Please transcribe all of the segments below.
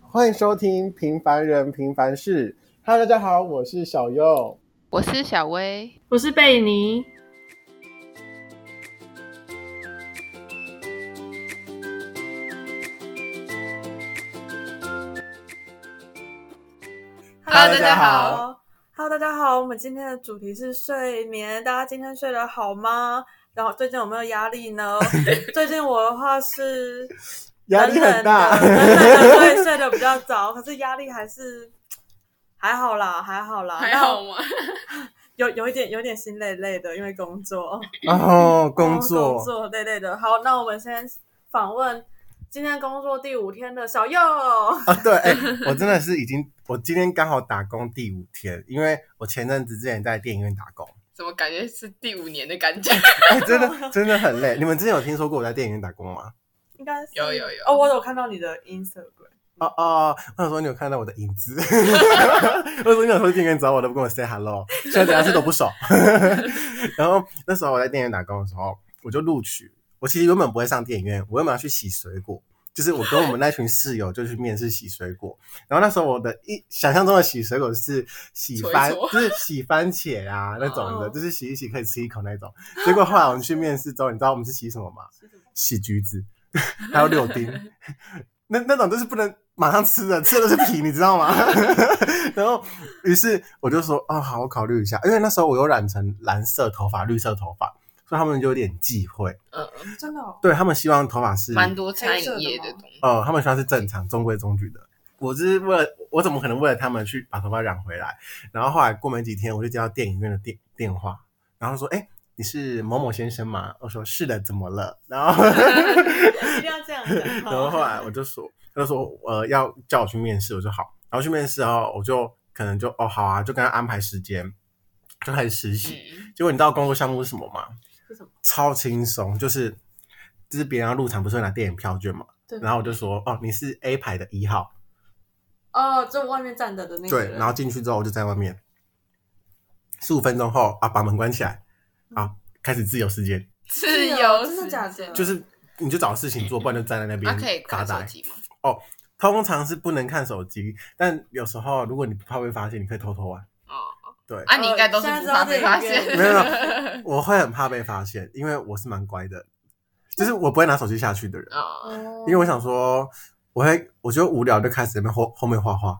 欢迎收听《平凡人平凡事》。Hello，大家好，我是小优。我是小薇，我是贝尼。 Hello，大家好。 Hello，大家好。我们今天的主题是睡眠，大家今天睡得好吗？然后最近有没有压力 呢？最近我的话是 压力很大冷冷的冷冷的对，睡得比较早，可是压力还是还好啦，还好啦，还好吗？有有一点有点心累累的，因为工作， 哦， 工然后作工作累累的。好，那我们先访问今天工作第五天的小右。啊，对，哎、我真的是已经，我今天刚好打工第五天，因为我前阵子之前在电影院打工，怎么感觉是第五年的感觉？哎、真的真的很累。你们之前有听说过我在电影院打工吗？应该是有有有哦，我有看到你的 Instagram，哦哦，我想说你有看到我的影子， 我说你有时候店员找我都不跟我 say hello，现在怎样是都不熟。 然后那时候我在电影院打工的时候，我就录取。我其实原本不会上电影院，我原本要去洗水果，就是我跟我们那群室友就去面试洗水果。然后那时候我的一想象中的洗水果是洗番，搓一搓就是洗番茄啊那种的，哦就是洗一洗可以吃一口那种。结果后来我们去面试之后，你知道我们是洗什么吗？洗橘子， 还有柳 丁，那那种就是不能马上吃的，吃的都是皮，你知道吗？ 然后，于是我就说，哦，好，我考虑一下，因为那时候我有染成蓝色头发、绿色头发，所以他们就有点忌讳，嗯，真的、哦。对他们希望头发是蛮多餐饮业的东西。呃，他们算是正常、中规中矩的。我是为了我怎么可能为了他们去把头发染回来？然后后来过没几天，我就接到电影院的电电话，然后说：“哎、你是某某先生吗？”我说：“是的，怎么了？”然后，一定要这样讲。然然后后来我就说：“他就说呃要叫我去面试，我说好。”然后去面试后，我就可能就哦好啊，就跟他安排时间，就开始实习。嗯，结果你知道工作项目是什么吗？是什么？超轻松，就是就是别人要入场不是会拿电影票券嘛，对然后我就说哦你是 A 排的一号，哦，就外面站着的那个对，人。然后进去之后我就在外面，十五分钟后啊把门关起来啊开始自由时间，自由真的假的？就是你就找事情嗯做，不然就站在那他边啊啊可以发看手呆。机吗？通常是不能看手机，但有时候如果你怕被发现，你可以偷 偷玩。哦，对，啊，你应该都是现在不知道怕被发现这。没有，没有我会很怕被发现，因为我是蛮乖的，就是我不会拿手机下去的人。哦，哦，因为我想说，我会我觉得无聊就开始在那边后后面画画，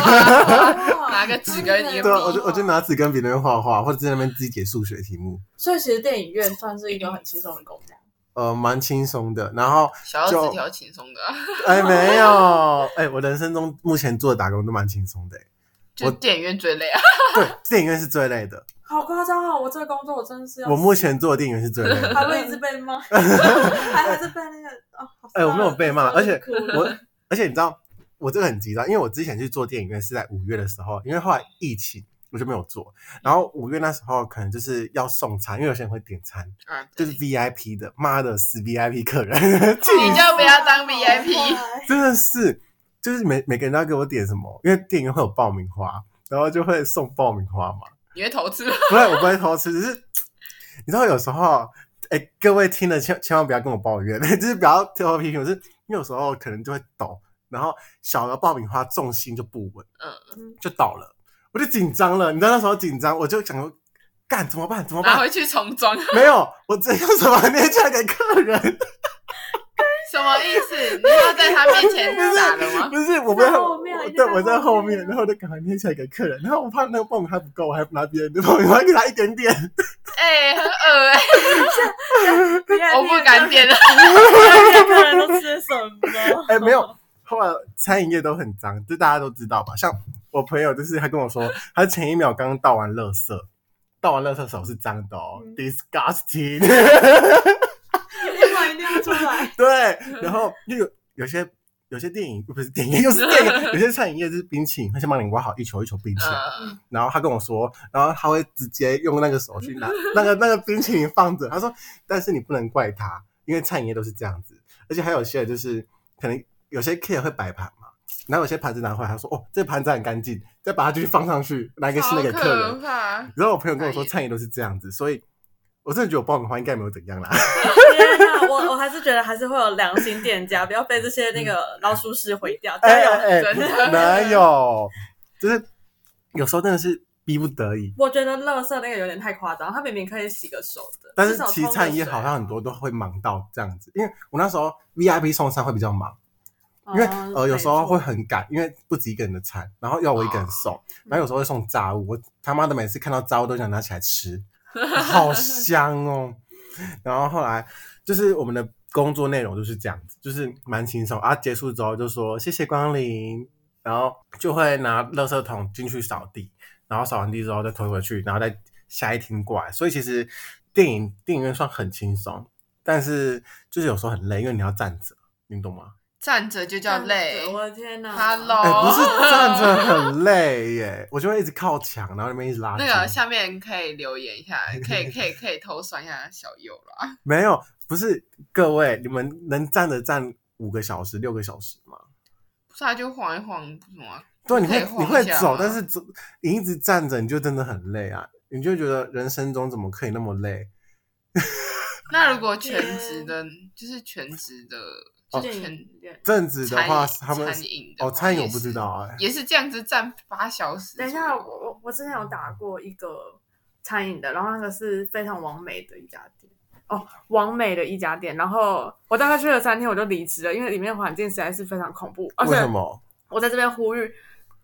哇哦拿个纸跟一个对真的啊，笔我就我就拿纸跟别人画画，或者在那边自己解数学题目，所以其实电影院算是一个很轻松的工作。呃，蛮轻松的。然后小就纸条轻松的啊，哎没有哎，我人生中目前做的打工都蛮轻松的、哎就电影院最累啊。对，电影院是最累的，好夸张哦！我这个工作我真的是要我目前做的电影院是最累的。还会一直被骂，还还是被那个哦，好哎、算了我没有被骂，而且哭了我，而且你知道，我这个很急躁，因为我之前去做电影院是在五月的时候，因为后来疫情我就没有做，然后五月那时候可能就是要送餐，因为有些人会点餐，啊，就对是 VIP 的，妈的死 VIP 客人， 气你就不要当 VIP 真的是，就是每每个人都要给我点什么，因为店员会有爆米花，然后就会送爆米花嘛。你会投资吗？不是，我不会偷吃，只是你知道有时候，哎、各位听了千千万不要跟我抱怨， 就是不要挑批评我，是因为有时候可能就会抖，然后小的爆米花重心就不稳，嗯就倒了，我就紧张了，你知道那时候紧张，我就想说，干怎么办？怎么拿办？回去重装，没有，我只用手把捏下给客人。什么意思？你要在他面前打了吗？ 不是，我不要啊在后面我一直对，在我在后后面面，然后就赶快捏起来给客人，然后我怕那个爆米花不够，我还拿别人的爆米花给他一点点。 哎，很恶哎，我我不敢，点了。 VIP 客人都吃什么？哎、没有，后来餐饮业都很脏，这大家都知道吧？像我朋友就是他跟我说，他前一秒刚倒完垃圾，倒完垃圾手是脏的哦、嗯 d i s g u s t i n 立马一定要出来。 对，然后就有有些。有些电影不是电影，又是电 影。有些餐饮业就是冰淇淋，他先帮你挖好一球一球冰淇淋，嗯，然后他跟我说，然后他会直接用那个手去拿 那个那个冰淇淋放着。他说，但是你不能怪他，因为餐饮业都是这样子，而且还有些人就是可能有些 K 会摆盘嘛，然后有些盘子拿回来，他说哦，这盘子很干净，再把它继续放上去，拿一个新的好给客可人。怕。然后我朋友跟我傻说，眼餐饮都是这样子，所以我真的觉得我爆米花应该没有怎样啦。天哪，我我还是觉得还是会有良心店家，不要被这些那个老鼠屎毁掉。加哎油！哎真哎，的哪有？就是有时候真的是逼不得已，我觉得乐色那个有点太夸张，他明明可以洗个手的，但是至少其冲实个餐饮业水好像很多都会忙到这样子，因为我那时候 VIP 送餐会比较忙，因为哦呃有时候没错哦会很赶，因为不止一个人的餐，然后要我一个人送，然后有时候会送炸物，我他妈的每次看到炸物都想拿起来吃， 好香哦。然后后来就是我们的工作内容就是这样子，就是蛮轻松啊。结束之后就说谢谢光临，然后就会拿垃圾桶进去扫地，然后扫完地之后再推回去，然后再下一厅过来。所以其实电影电影院算很轻松，但是就是有时候很累，因为你要站着，你懂吗？站着就叫累这样子。我的天哪 Hello 哎、不是哦站着很累耶，我就会一直靠墙，然后那边一直拉筋。那个下面可以留 言一下，可以可以可以偷酸一下小右啦。没有，不是各位，你们能站着站五个小时、六个小时吗？不是啊，就晃一晃，不是吗？对，你可以会晃你一会下啊走，吗但是走你一直站着，你就真的很累啊！你就觉得人生中怎么可以那么累？那如果全职的，就是全职的，哦就电全影院正职的餐话，饮他们餐饮哦，的话餐饮也我不知是道哎、也是这样子站八小时。等一下，我我我之前有打过一个餐饮的，然后那个是非常完美的一家店哦，完美的一家店。然后我大概去了三天，我就离职了，因为里面环境实在是非常恐怖。而为且什么？我在这边呼吁，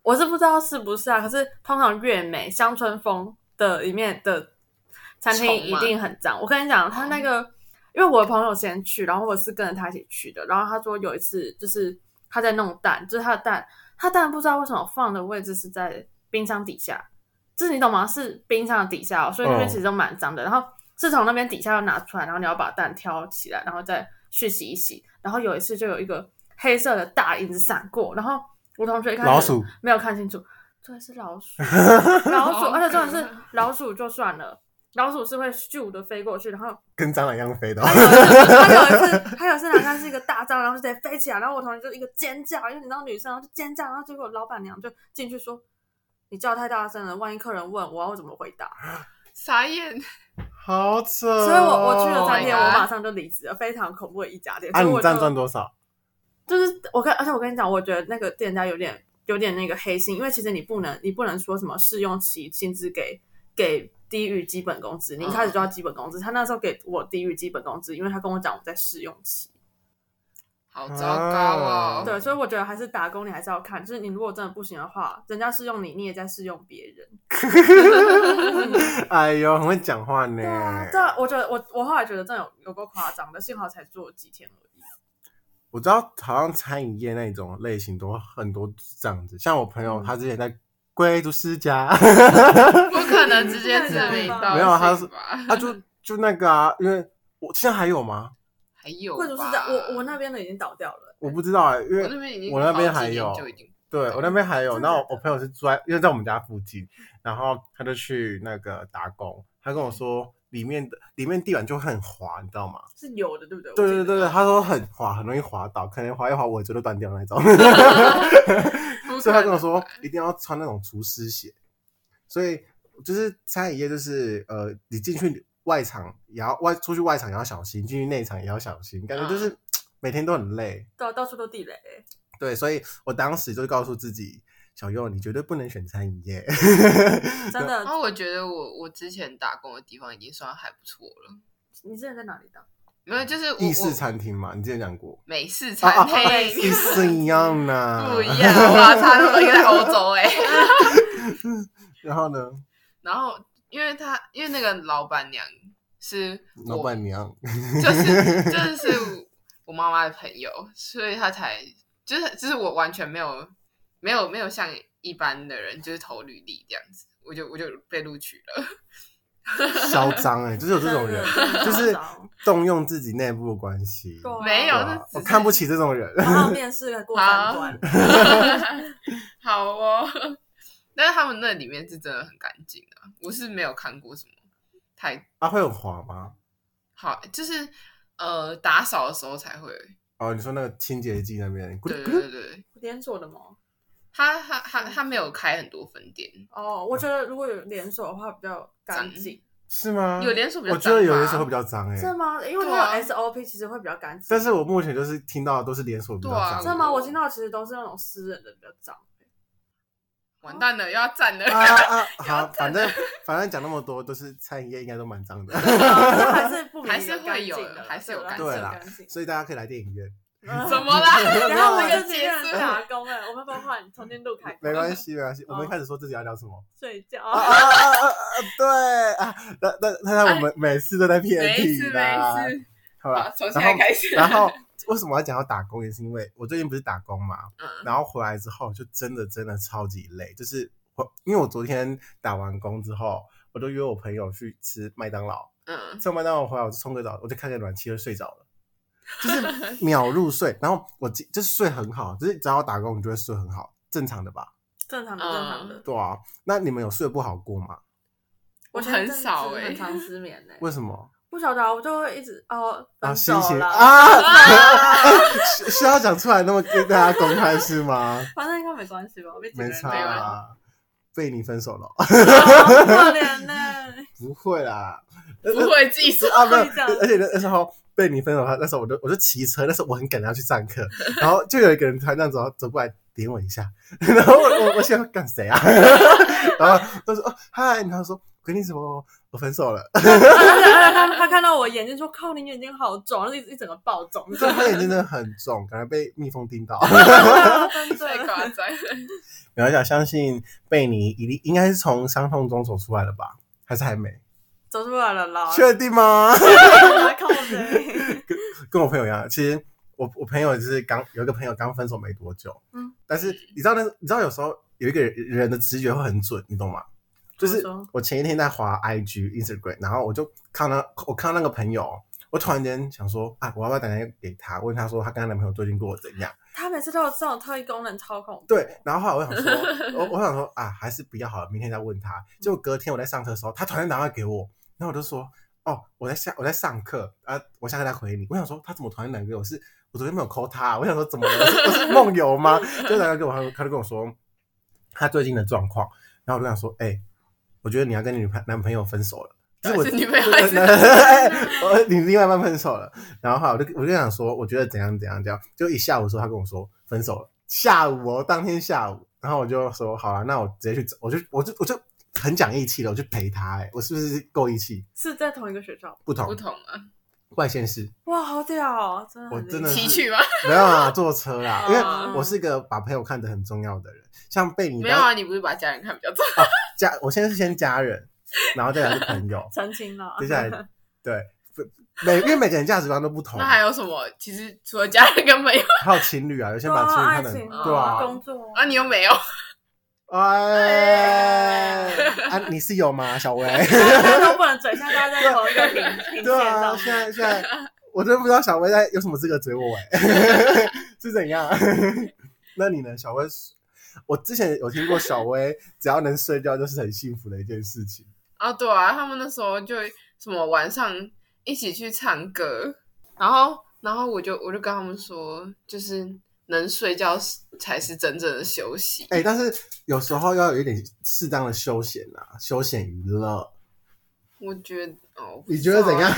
我是不知道是不是啊，可是通常越美乡村风的里面的餐厅丑一吗哦定很脏。我跟你讲，他那个因为我的朋友先去，然后我是跟着他一起去的，然后他说有一次就是他在弄蛋，就是他的蛋，他蛋不知道为什么放的位置是在冰箱底下，就是你懂吗？是冰箱的底下、哦，所以那嗯边其实都蛮脏的。然后是从那边底下要拿出来，然后你要把蛋挑起来，然后再去洗一洗。然后有一次就有一个黑色的大影子闪过，然后我同学一看老鼠没有看清楚，这是老 鼠，老鼠，而且重点是老鼠就算了，老鼠是会咻的飞过去，然后跟蟑螂一样飞 的哦、他有一次，他有一次，他有一次好像是一个大蟑螂，然后就直接飞起来，然后我同学就一个尖叫，因为你知道女生，然后就尖叫，然后结果老板娘就进去说：“你叫太大声了，万一客人问我要怎么回答傻眼，好扯、？”哦。所以我我去了三 Oh 天， my 我 god 马上就离职了，非常恐怖的一家店。啊，所以你我站就赚多少？就是我跟，而且我跟你讲，我觉得那个店家有点有点那个黑心，因为其实你不能你不能说什么试用期薪资给给低于基本工资，你一开始就要基本工资。他那时候给我低于基本工资，因为他跟我讲我在试用期。好糟糕哦。对，所以我觉得还是打工，你还是要看，就是你如果真的不行的话，人家试用你，你也在试用别人。哎呦，很会讲话呢。对啊，这我觉得我我后来觉得真的有有够夸张的，幸好才做几天而已。我知道，好像餐饮业那种类型都很多这样子。像我朋嗯友，他之前在贵族世 家，不可能直接指名道姓吧啊没有啊他是他就就那个啊，因为我现在还有吗？还有吧贵族是这样，我我那边的已经倒掉了。我不知道、欸，因我为那边已经我那边还有好几年就已经对我那边还有。真那的我我朋友是住在，因为在我们家附近，然后他就去那个打工，他跟我说里面的里面地板就很滑，你知道吗？是有的，对不对？对我对记得嗯对对，他说很滑，很容易滑倒，可能滑一滑尾椎都断掉 那种。不可能所以他跟我说一定要穿那种厨师鞋。所以就是餐饮业，就是呃，你进去外场也要外出去外场也要小心，进去内场也要小心，感觉嗯就是、每天都很累。到到处都地雷。对，所以我当时就告诉自己，小佑，你绝对不能选餐饮业。真的然，后我觉得我我之前打工的地方已经算还不错了，你之前在哪里打？没有就是 我嗯意式我餐厅嘛，你之前讲 过，美式啊啊餐啊意啊厅。 思一样呢。不一样，哇，差不多在欧洲哎、然后呢， 然后，因为他，因为那个老板娘是我老板 娘，就是 就是我妈妈的朋友，所以她才就是就是我完全没有没有没有像一般的人就是投履历这样子，我就我就被录取了。嚣张哎，就是有这种 人，真的就是嚣张动用自己内部的关系。对啊没有，对那啊只我是看不。起这种人。然后面试过三关，好哦，但是他们那里面是真的很干净啊，我是没有看过什么太啊，会很滑吗？好，就是呃打扫的时候才会。哦，你说那个清洁剂那边，咕噜对咕噜对对对，连锁的吗？他啊他他他没有开很多分店，哦，我觉得如果有连锁的话比较干净。是吗？有连锁比较我觉脏吧，得有些时候会比较脏哎、是吗？因为对它啊有 SOP，其实会比较干净。但是我目前就是听到的都是连锁比较对啊脏。真的吗？我听到的其实都是那种私人的比较脏。完蛋了，又要站了。 啊啊，好，反正反正讲那么多，都是餐饮业应该都蛮脏的，那哦还是不明还是有干会有净的啦还是有对干净对啦干净。所以大家可以来电影 院，啊嗯怎么啦？然后我这们个就几结个人束打工哎，我们不换从天路开工 没关系没关系。哦我们一开始说自己要聊什么睡觉。嗯啊啊啊啊啊！对啊，那那那哎那我们每次都在骗没题事啦，没事，好好吧？，从现在开 始。然后为什么要讲到打工，也是因为我最近不是打工嘛，嗯，然后回来之后就真的真的超级累，就是我因为我昨天打完工之后，我就约我朋友去吃麦当劳，嗯吃完麦当劳回来我就冲个澡，我就开个暖气就睡着了，就是秒入睡。然后我记就是睡很好，就是只要打工你就会睡很好，正常的吧？正常的，嗯正常的。对啊，那你们有睡不好过吗？我我前阵子很少欸很常失眠哎，为什么？不晓得啊，我就会一直哦啊，分心手情啦，啊，需需要讲出来那么跟大家公开是 吗？反正应该没关系吧，我被几个没人啊差 追完，啦，被你分手了。好可怜呢。不会啦， 不会自己说。啊，没有会这样，而且那时候被你分手，他那时候我就我就骑车，那时候我很赶着要去上 课，然后就有一个人突然这样走走过来点我一下， 然后我我我想干谁啊？ 然后他说哦嗨，然后说跟你什么？我分手 了，他他他看到我眼睛说：“靠，你眼睛好肿，然后一一整个爆 肿。就他眼睛真的很重，感觉被蜜蜂叮 到。真太的夸张了，苗小啊相信贝尼一定应该是从伤痛中走出来了吧？还是还没？走出来了啦，确定吗？靠 背。跟我朋友一样，其实我我朋友就是刚有一个朋友刚分手没多久，嗯嗯，但是你知道那你知道有时候有一个人人的直觉会很准，你懂吗？就是怎么说我前一天在滑 IG Instagram，然后我就看到我看到那个朋友，哦我突然间想说啊，我要不要打电话给他，问他说他跟他男朋友最近过得怎样？他每次都有这种特异功能，超恐怖。对，然后后来我想说，我我想说啊，还是不要好了，明天再问他。结果隔天我在上课的时候，他突然打电话给我，然后我就说，哦，我在下我在上课啊，我下课再回你。我想说他怎么突然打给我？是我昨天没有 call 他、我想说怎么了？我是我是梦游吗？就打电话给我，他就他就跟我说他最近的状况，然后我就想说，哎、我觉得你要跟你女朋男朋友分手了。 就是 我是女朋友还对是 对对我你另外一半分手了，然后后来我就我就想说，我觉得怎样怎样怎样，就一下午的时候他跟我说分手了，下午哦，当天下午，然后我就说好了，那我直接去找，我就我就我就很讲义气了，我去陪他、欸，我是不是够义气？是在同一个学校。不同不同啊，外县市，哇，好屌哦！真的很我厉害，真的崎岖吗？没有啊，坐车 啦，因为嗯，我是一个把朋友看得很重要的人，像被你哦哦没有啊，你不是把家人看比较重？家，我先是先家人，然后再来是朋友澄清了。接下 来 对不每因为每个人价值观都不同那，还有什么？其实除了家人跟朋友，还有情侣啊，有些对把情啊，侣爱看得情哦对啊，工作啊，你又没有，哎， 啊，你是有吗，小薇？大家都不能嘴，现在大家在同一个平 平线对啊，上现面。在现在，我真的不知道小薇在有什么资格追我哎、 是怎样？那你呢，小薇？我之前有听过小薇，只要能睡觉就是很幸福的一件事情。啊，对啊，他们那时候就什么晚上一起去唱歌，然后然后我就我就跟他们说，就是能睡觉是才是真正的休息。哎、但是有时候要有一点适当的休闲啊，休闲娱乐，我觉得哦，？你觉得怎样？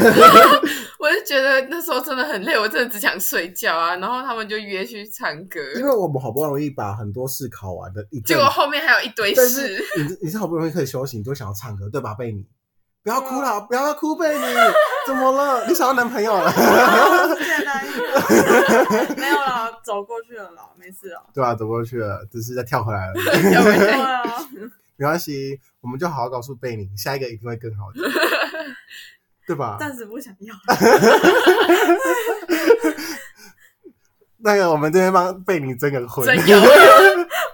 我就觉得那时候真的很累，我真的只想睡觉啊。然后他们就约去唱歌， 因为我们好不容易把很多事考完的一阵结子果后面还有一堆但是事。你你是好不容易可以休息，你就想要唱歌，对吧，贝尼？不要哭啊了，不要哭，贝尼，怎么了？你想要男朋友了， 啊是简单一点没有啦，走过去了啦，没事了。对吧、啊走过去了，只是再跳回来了，要不对然啊， 没关系，我们就好好告诉贝尼，下一个一定会更 好的，对吧？暂时不想要。那个，我们这边帮贝尼征个婚，真 有，不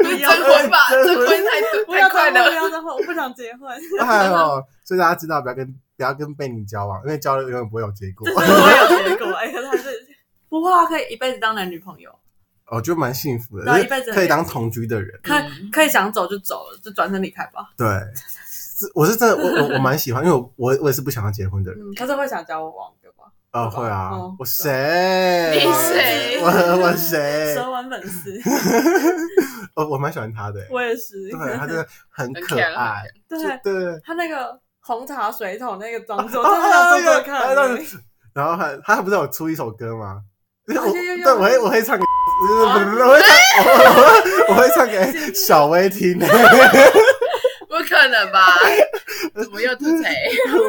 征婚吧，征征婚婚太 不要太快再了。婚，不要再婚，我不想结婚。哎呦，所以大家知道不要跟不要跟贝尼交往，因为交了永远不会有结果。 我有结果，哎，可是还是 不会啊，可以一辈子当男女朋友， 我觉得蛮幸福的，对啊就一辈子是可以当同居的人。可可以想走就走了，就转身离开吧。对， 是我是真的，我我我蛮喜欢，因为我我我也是不想要结婚的人。嗯，可是会想交往对吧？啊，对吧会啊嗯，我谁？你谁我我 谁？蛇丸粉 丝，我我蛮喜欢他的欸，我也是。啊对，他真的很啊很可甜很爱，对对，他那个红茶水桶那个动作，真的有做做看。然后还他不是有出一首歌吗？有我哦有有哦对，我会我会唱给， 我会唱，我我会唱给小薇听， 不可能吧？ 怎么又吐 槽？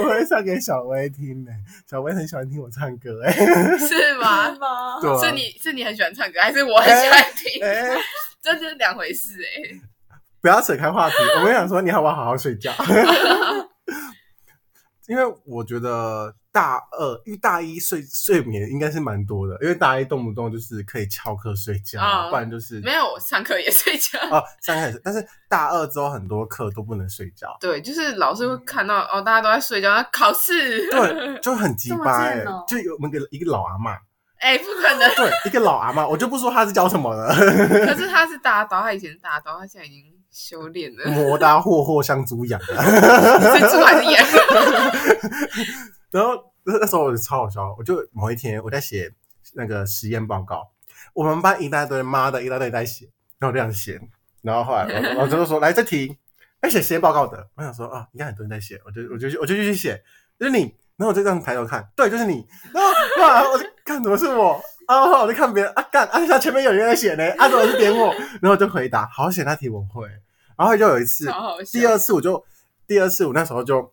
我会唱给小薇听呢。小薇很喜欢听我唱歌哎，是吗？是吗？对啊是你是你很喜欢唱歌，还是我很喜欢听？哎，这就是两回事哎、不要扯开话题，我们想说你好不好好好睡觉， 因为我觉得大二，因为大一睡睡眠应该是蛮多的，因为大一动不动就是可以翘课睡觉，嗯啊不然就是没有，我上课也睡觉。哦，上开始，但是大二之后很多课都不能睡觉，对，就是老师会看到哦，大家都在睡觉，那考试。 对，就很鸡这么巴、欸贱哦就有我们一个一个老阿嬷，哎、不可 能。对，一个老阿嬷，我就不说她是教什么了， 可是他是大刀，他以前是大刀，他现在已经修炼了， 磨得霍霍像猪一样的。是猪还是羊？然后那那时候我就超好笑，我就某一天我在写那个实验报告，我们班一大堆妈的一大堆在写，然后我这样写，然后后来我老师就说来这题，要写实验报告的，我想说啊，应该很多人在写，我就我就去我就去写，就是你，然后我就这样抬头看，对，就是你，然后哇，我就看怎么是我。啊！我就看别人啊，干啊！他前面有人在写呢，啊，怎么是点我？然后我就回答，好险那题我会。然后就有一次，好好笑。 第二次我就第二次我那时候就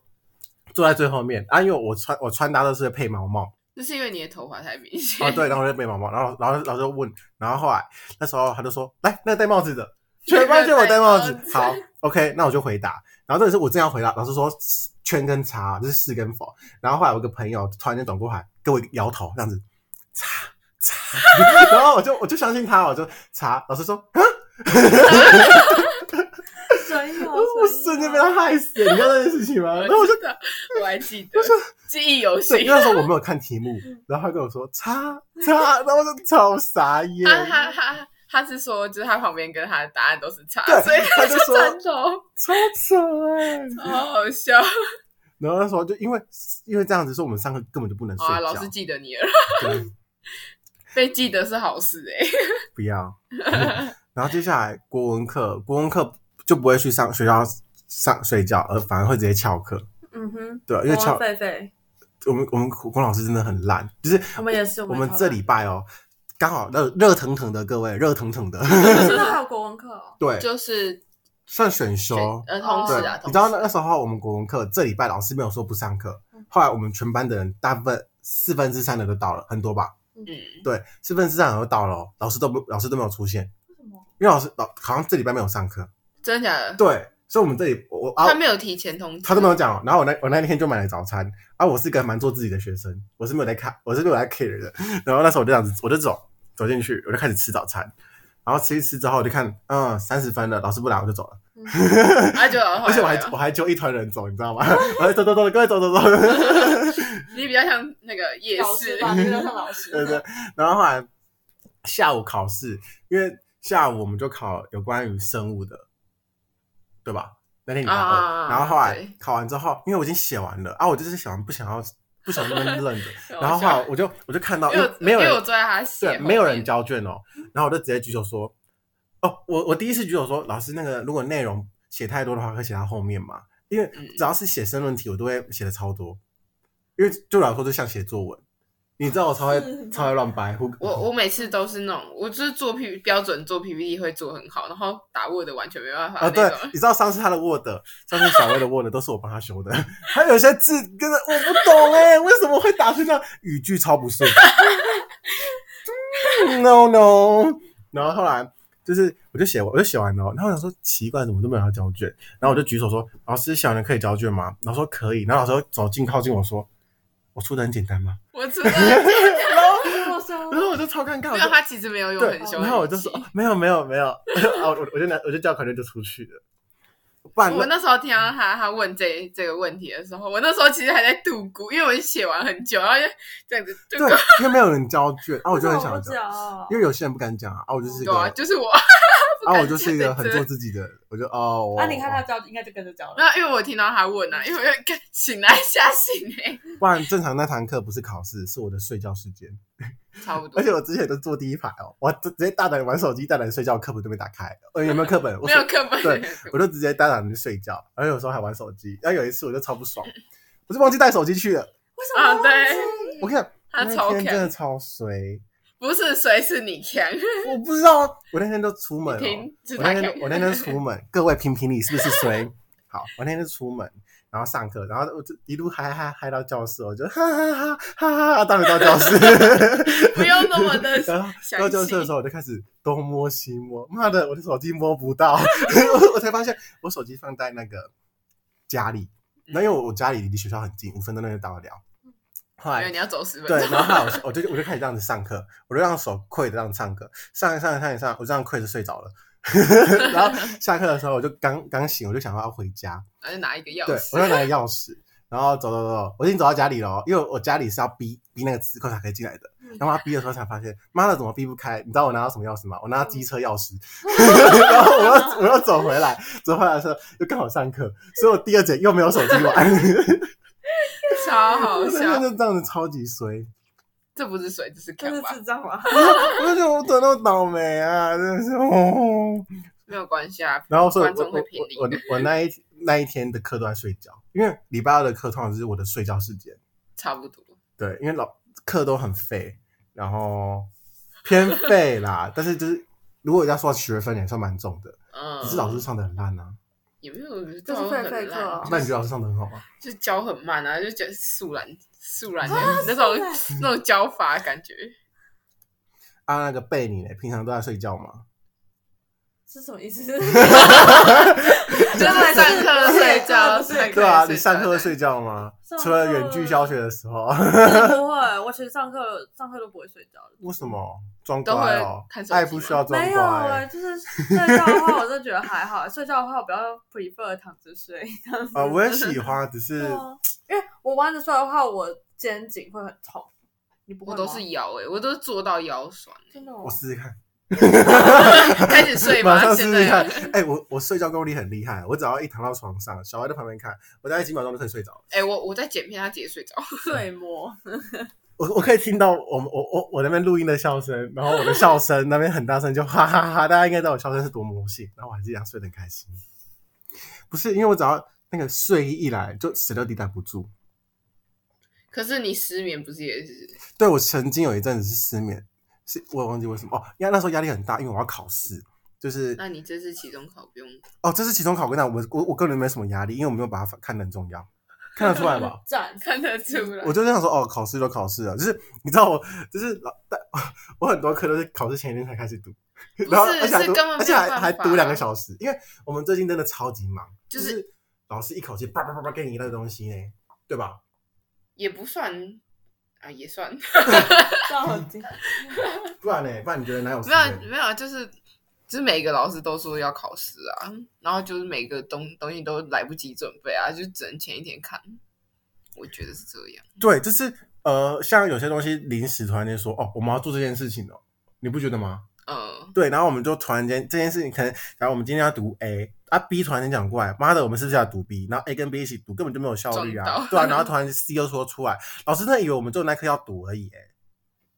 坐在最后面啊，因为我穿我穿搭都是配毛帽那是因为你的头发太明显。啊，对，然后我就配毛帽，然后然后老师就问，然后后来那时候他就说，来那个戴帽子的，全班就我戴帽子全班戴帽，子好，OK，那我就回答，然后这里是我正要回答，老师说圈跟叉啊就是是跟否，然后后来我有个朋友突然间转过来给我一个摇头这样子，叉叉， 然后我就我就相信他，我就叉，老师说 啊真有，我瞬啊间被他害死，你知道这件事情吗？然后我就真的，我还记得，记 忆犹新对，。 因为那时候我没有看题目，然后他跟我说叉叉，然后我就超傻眼。 他他他他是说，就是他旁边跟他的答案都是差，对所以他就就说站头，超扯哎、好 好笑。然后那时候就因为因为这样子，说我们上课根本就不能睡好啊，觉老师。记得你了，对被记得是好事哎、不 要。然后接下来国文课，国文课就不会去上学校上睡觉，而反而会直接翘课。嗯哼，对，啊因为我翘们狒狒，我们我们国文老师真的很烂，就是我们也是，Oh 我们们这礼拜哦，刚好热热腾腾的，各位热腾腾 的，真的还有国文课哦，对，就是算选修，呃，同对，事啊，你同知道那事。那时候我们国文课这礼拜老师没有说不上课嗯，后来我们全班的人大部分四分之三的都到了，很多吧？嗯，对，四分之三的都到了哦，老师都不老师都没有出现，为什么？因为老师老好像这礼拜没有上课，真的假的？对，所以我们这里我我啊他没有提前通知，他都没有讲哦，然后我那我那天就买了早餐啊，我是个蛮做自己的学生，我是没有在看，我是没有在 care 的，然后那时候我就这样子我就走走进去，我就开始吃早餐，然后吃一吃之后我就看嗯三十分了，老师不来我就走了。他啊就哦 而且我还我还揪一团人走，你知道吗？ 我还走走走，各位走走走。 你比较像那个夜老市师，嗯吧，你就像老师，对对。然后后来下午考试，因为下午我们就考有关于生物的，对吧？那天你大二，啊啊啊啊然后后来对考完之后，因为我已经写完了啊，我就是写完不想要不想那么愣 着，搞笑然后后来我就我就看到，因因为为没有因人为我坐在他斜对后面没有人交卷哦，然后我就直接举手说，哦，我我第一次举手说，老师那个如果内容写太多的话，可以写到后面嘛，因为嗯只要是写申论题，我都会写的超多，因为对我来说就像写作文，你知道我超会是超会乱掰，我我我每次都是那种，我就是做 P 标准做 PPT 会做很好，然后打 Word 完全没办啊，法那对种，，你知道上次他的 Word，上次小薇的 Word 都是我帮他修 的，还有一些字真的我不懂哎、为什么会打成这样？语句超不顺。no no，然后后来就是我就写我就写完了哦，然后我想说奇怪，怎么都没有人要交卷？然后我就举手说：“老师，小人可以交卷吗？”然后说可以，然后老师走近靠近我说：“我出的很简单吗我 知道，没？”我然后我说，就超尴尬，我有就他其实没有用对很，凶的语气，然后我就说：“哦没有没有没有。”然后我我就拿我就叫考卷就出去了，不啊然那我那时候听到他他问这这个问题的时候，我那时候其实还在度估，因为我已经写完很久，然后就这样子 度对估，，因为没有人交卷，啊，我就很想我交不，讲因为有些人不敢讲啊，啊，我就是一个，对啊，啊，就是我，不敢我就是一个很做讲自己的，我就哦，我啊，你看他，教，应该就跟着教了。没有，因为我听到他问啊，因为我有点干醒来一下醒哎、不然正常那堂课不是考试，是我的睡觉时间，差不多。而且我之前都坐第一排哦，我直直接大胆玩手机，大胆睡觉，课本都没打开。呃，有没有课本？我没有课本，对我就直接大胆去睡觉，然后有时候还玩手机。然后有一次我就超不爽，我就忘记带手机去了。为什啊，么？对，我跟你讲，他那超天真强，的超衰，不是谁是你强，我不知道，我那天就出门哦了、听是我他那强天就，我那天出门， 各位评评理是不是衰？ 好，我那天就出门，然后上课，然后我就一路嗨嗨嗨到教室，我就哈哈哈哈哈哈，当然到教室。 不用那么的 然后详到教室的细时。候，我就开始东摸西摸，妈的，我的手机摸不到， 我我才发现我手机放在那个家里，那因为我家里离学校很近，五分钟内就到得了。后没有，来你要走十分对，钟。然后后 来我我就我就开始这样子上课，我就让手跪着这样上课，上一上一上一上，我这样跪着睡着了。 然后下课的时候，我就刚刚醒，我就想说要回家，然后就拿一个钥对我匙，就拿了钥匙，然后走走走走，我已经走到家里了哦，因为我家里是要逼逼那个磁扣才可以进来的。嗯然后他逼的时候才发现，妈的，怎么逼不开？你知道我拿到什么钥匙吗？我拿到机车钥匙，嗯 然后我要我要走回来，走回来的时候又刚好上课，所以我第二节又没有手机玩， 超好真笑。的这样子超级衰。这不是水，这是这强是吧？智障吗？ 我就觉得我怎么那么倒霉啊，真的是哦。没有关系啊。然后所以观我众我会评理我我我那一那一天的课都在睡觉，因为礼拜二的课通常是我的睡觉时间。差不多。对，因为老课都很废，然后偏废啦，但是就是如果要算学分也算蛮重的，嗯，只是老师上的很烂啊。也没有，这是废废课啊哦那你觉得老师上的很好吗？就教很慢啊，就觉得速然速然的啊那种那种教法感觉。啊，那个贝你呢？平常都在睡觉吗？是什么意思？就是上课睡觉，上课对啊，睡觉你上课会睡觉吗？上课除了远距教学的时候， 不会，我其实上课上课都不会睡觉的。为什么装都乖哦会看？手机爱不需要装没有哎、乖就是睡觉的话，我就觉得还好、睡觉的话，我比较 prefer 躺着睡。啊，我也喜 欢，只对是啊因为我弯着睡的话，我肩颈会很痛。你不会我吗都是腰诶、我都是坐到腰酸、 真的、哦我，试试看，开始睡马吧，上试现试看在。。哎，我我睡觉功力很厉害，我只要一躺到床上，小孩在旁边看，我大概几秒钟就可以睡着了。哎、我我在剪片，他直接睡着。睡魔。我我可以听到我们我我我那边录音的笑声，然后我的笑声那边很大声，就哈哈哈大家应该知道我笑声是多魔性，然后我还是一样睡得很开心。不是因为我只要那个睡意一来，就死都抵挡不住。可是你失眠不是也是？对我曾经有一阵子是失眠，是我也忘记为什么哦，因为那时候压力很大，因为我要考试，就是那你这次期中考不 用哦，这是期中考，我跟你讲，我我我个人没什么压力，因为我没有把它看得很重要，看得出来 吧？赞，看得出来我。就这样说哦，考试就考试了，就是你知道我，就是老，但我很多课都是考试前一天才开始读，是然后而且还是读，根本而且没有还办还法啊读两个小时，因为我们最近真的超级忙，就就是是老师一口气叭叭叭叭给你一堆东西呢，对吧？也不算啊，也算到底不然呢？不然你觉得哪有时没有间？没有啊，就是就是每个老师都说要考试啊，然后就是每个东东西都来不及准备啊，就只能前一天看。我觉得是这样，对，就是呃，像有些东西临时突然间说哦，我们要做这件事情哦，你不觉得吗？嗯，对，然后我们就突然间这件事情，可能然后我们今天要读 A 啊，B 突然间讲过来，妈的，我们是不是要读 B？然后 A 跟 B 一起读，根本就没有效率撞啊到，对啊， 然后突然间 C 又说出来，老师那以为我们就那科要读而已、欸，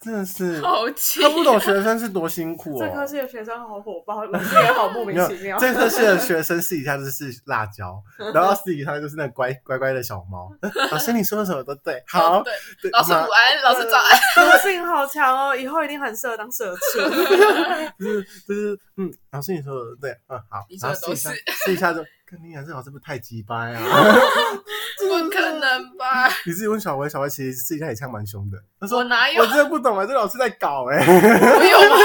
真的是 好气啊他，不懂学生是多辛苦这科哦。系的学生好火爆，老师也好莫名没有其妙。这科系的学生私底下就是辣椒，然后私底下就是那乖乖乖的小猫。呃老师你说的什么都对，好，哦对，对老师妈午安，老师早安， 毒性好强哦，以后一定很适合当社 畜。就是就是，嗯，老师你说的对，嗯好你，说然的后试一下都是试一下就，跟你讲这老师不是太鸡掰 啊，呃 不可能吧？你自己问小薇，小薇其实私底下也呛蛮凶的，他说我哪有我？真的不懂啊，这 老师在搞哎、 我有吗？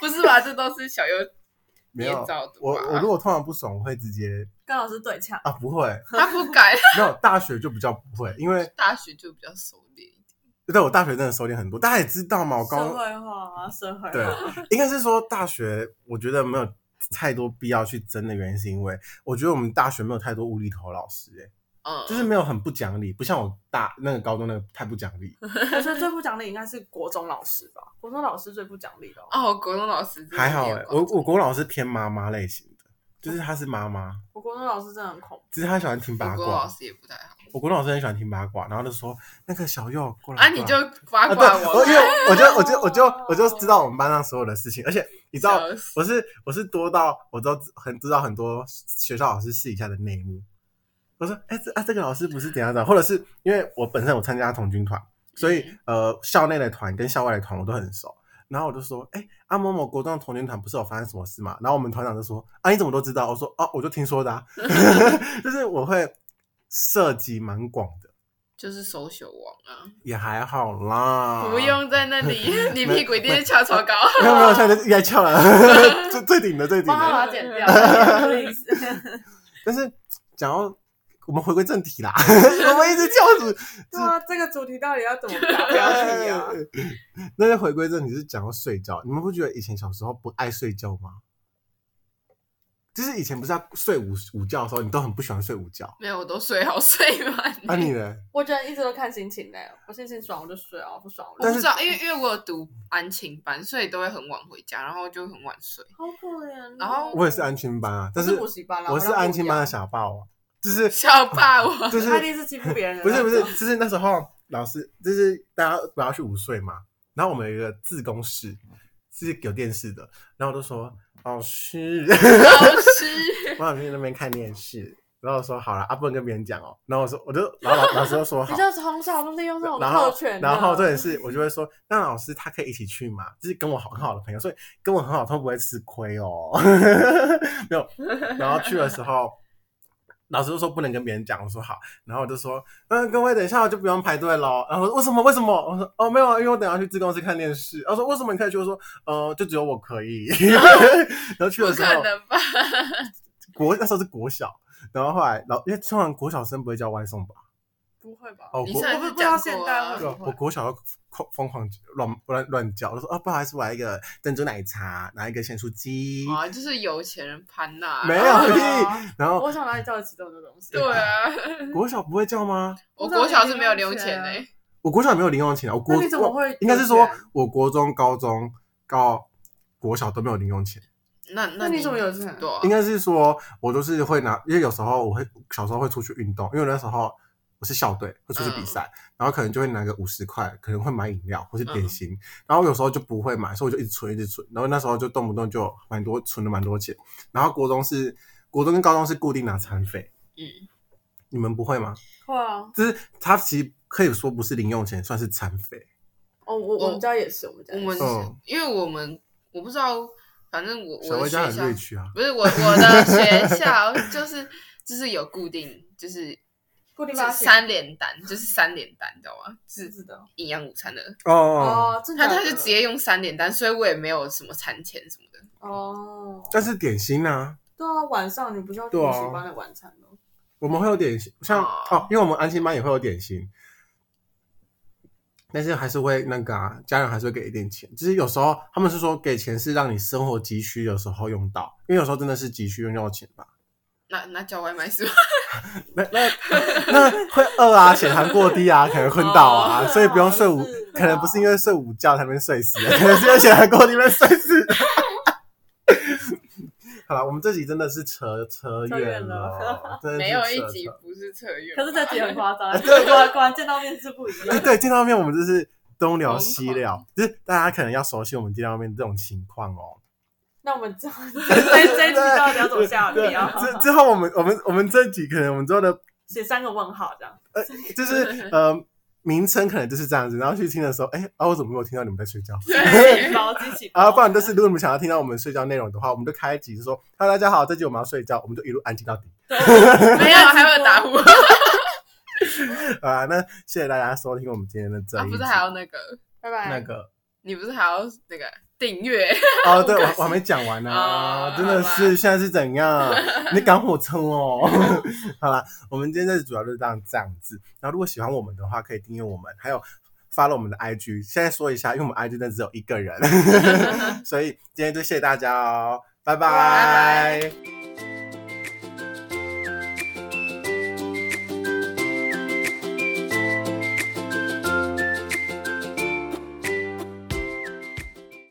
不是吧？这都是小优没有捏造的吧，我我如果通常不爽，我会直接跟老师对呛，啊不会，他不改，没有大学就比较不会，因为大学就比较熟练一点。对我大学真的收敛很多，大家也知道嘛，我社高会化啊，社会对化。，应该是说大学，我觉得没有太多必要去争的原因，是因为我觉得我们大学没有太多无厘头老师哎、嗯，就是没有很不讲理，不像我大那个高中那个太不讲理，我觉得最不讲理应该是国中老师吧，国中老师最不讲理的、哦。哦，国中老师真的还好没有哎、搞我错我国文老师偏妈妈类型的，就是她是妈妈，我国中老师真的很恐怖，只是她喜欢听八我国中老卦。师也不太好，我国中老师很喜欢听八卦，然后就说那个小右过来啊，过来你就八啊，卦对，我哦我因为我就我就我就我就知道我们班上所有的事情，而且你知道笑死我是我是多到我都很知道很多学校老师私底下的内幕。我说，哎、这啊这个老师不是怎样怎样，或者是因为我本身我参加童军团，所以嗯呃校内的团跟校外的团我都很熟。然后我就说，哎、阿某某国中童军团不是有发生什么事嘛？然后我们团长就说，啊你怎么都知道？我说，哦、我就听说的、 啊， 就是我会涉及蛮广的，就是手朽王啊，也还好啦。不用在那里， 你屁股一定是翘超高。没有没有，现在就应该翘了， 最最顶的最顶帮的。他把它剪 掉，但是讲到我们回归正题啦， 我们一直叫主，对啊，这个主题到底要怎么打标题啊？ 那就回归正题是讲到睡觉，你们不觉得以前小时候不爱睡觉吗？就是以前不是要睡午午觉的时候，你都很不喜欢睡午觉。没有，我都睡好睡满。啊，你呢？我觉得一直都看心情嘞，我心情爽我就睡啊，不爽我我但就是不知道，因为因为我有读安亲班，所以都会很晚回家，然后就很晚睡。好可怜哦。然后我也是安亲班啊，但我是补习班啦，我是让安不一亲班的样，小霸王，就是小 霸王，就是他一 定是欺负别人的不那是种，不是，就是那时候老师就是大家不要去午睡嘛，然后我们有一个自公室是有电视的，然后我就说老师， 老师，我想去那边看电视，然后我说好了，啊不能跟别人讲哦，然后我说我就然后老老师就说好你。就从小都利用这种然后特，权的，然后重点是，我就会说，那老师他可以一起去嘛，就是跟我好很好的朋友，所以跟我很好，他不会吃亏哦。 没有，然后去的时候，老师就说不能跟别人讲，我说好，然后我就说，嗯，各位等一下我就不用排队喽。然后我说为什么？为什么？我说哦没有啊，因为我等一下去自公司看电视。然后说为什么你可以去？我说呃，就只有我可以。 然后 去不的时可候，能吧？国那时候是国小，然后后来老因为通常国小生不会叫外送吧？不会吧？哦，你国上我次不不知道讲现过代啊会对啊不我会国小疯疯狂乱乱乱叫，我说啊不好意思，我来一个珍珠奶茶，拿一个咸酥鸡，啊，就是有钱人潘娜，没然后有啊 屁。 然后我想哪里叫得起这种东 西？对啊，国小不会叫吗？我不知道国小是没有你零有用钱钱欸啊呢，我国小也没有零用钱啊，我国那你怎么会我应该是说有钱我国中、高中、高国小都没有零用钱，那那你怎么有钱对啊应该是说我都是会拿，因为有时候我会小时候会出去运动，因为那时候。我是校队，会出去嗯比赛，然后可能就会拿个五十块，可能会买饮料或是嗯点心，然后有时候就不会买，所以我就一直存，一直存，然后那时候就动不动就蛮多存了蛮多钱，然后国中是国中跟高中是固定拿餐费，嗯，你们不会吗？会啊，就是它其实可以说不是零用钱，算是餐费，哦，我我们家也是，我们家我也是们嗯因为我们我不知道，反正我小我的薇家学很校 rich 啊，不是我我的学校就是就是有固定就是固定发是型三连单，就是三连单，你知道吗？是知道营养午餐的，哦，哦，真的他假的他就直接用三连单，所以我也没有什么餐钱什么的。哦，但是点心啊，对啊，晚上你不是要补对啊习班的晚餐哦吗？我们会有点心，像哦哦，因为我们安心班也会有点心，但是还是会那个啊，家人还是会给一点钱。就是有时候他们是说给钱是让你生活急需的时候用到，因为有时候真的是急需用到钱吧。那那叫外卖是吧？那那 那会饿啊，血糖过低啊，可能昏倒啊，哦所以不用睡午是啊，可能不是因为睡午觉才能睡死，啊 可能是因为血糖过低被睡死。 好了，我们这集真的是扯扯扯远远了，真的是 没有扯一集扯不是测验，可是这集很夸张， 对果果然见到面是不一哎，样。对，见到面我们就是东聊疯西狂聊，就是大家可能要熟悉我们见到面这种情况哦。那我们这这这一集到底要怎么下对，标？之之后我们我们我们这集可能我们之后的写三个问号这样。就是呃名称可能就是这样子，然后去听的时候，哎啊我怎么没有听到你们在睡觉？ 哎对，包机器啊，不然就是如果你们想要听到我们睡觉内容的话，我们就开一集就说，Hello 大家好，这集我们要睡觉，我们就一路安静到底。 没有还会打呼啊？啊，那谢谢大家收听我们今天的这一集。啊不是还有那个，拜拜。那个你不是还要那个订阅？ 哦，对我我还没讲完呢、哦真的好是吧现在是怎样？你赶火车哦。 好啦，我们今天这主要就是这样这样子。然后如果喜欢我们的话，可以订阅我们，还有发了我们的 IG。现在说一下，因为我们 IG 真的只 有一个人，所以今天就谢谢大家哦，拜拜拜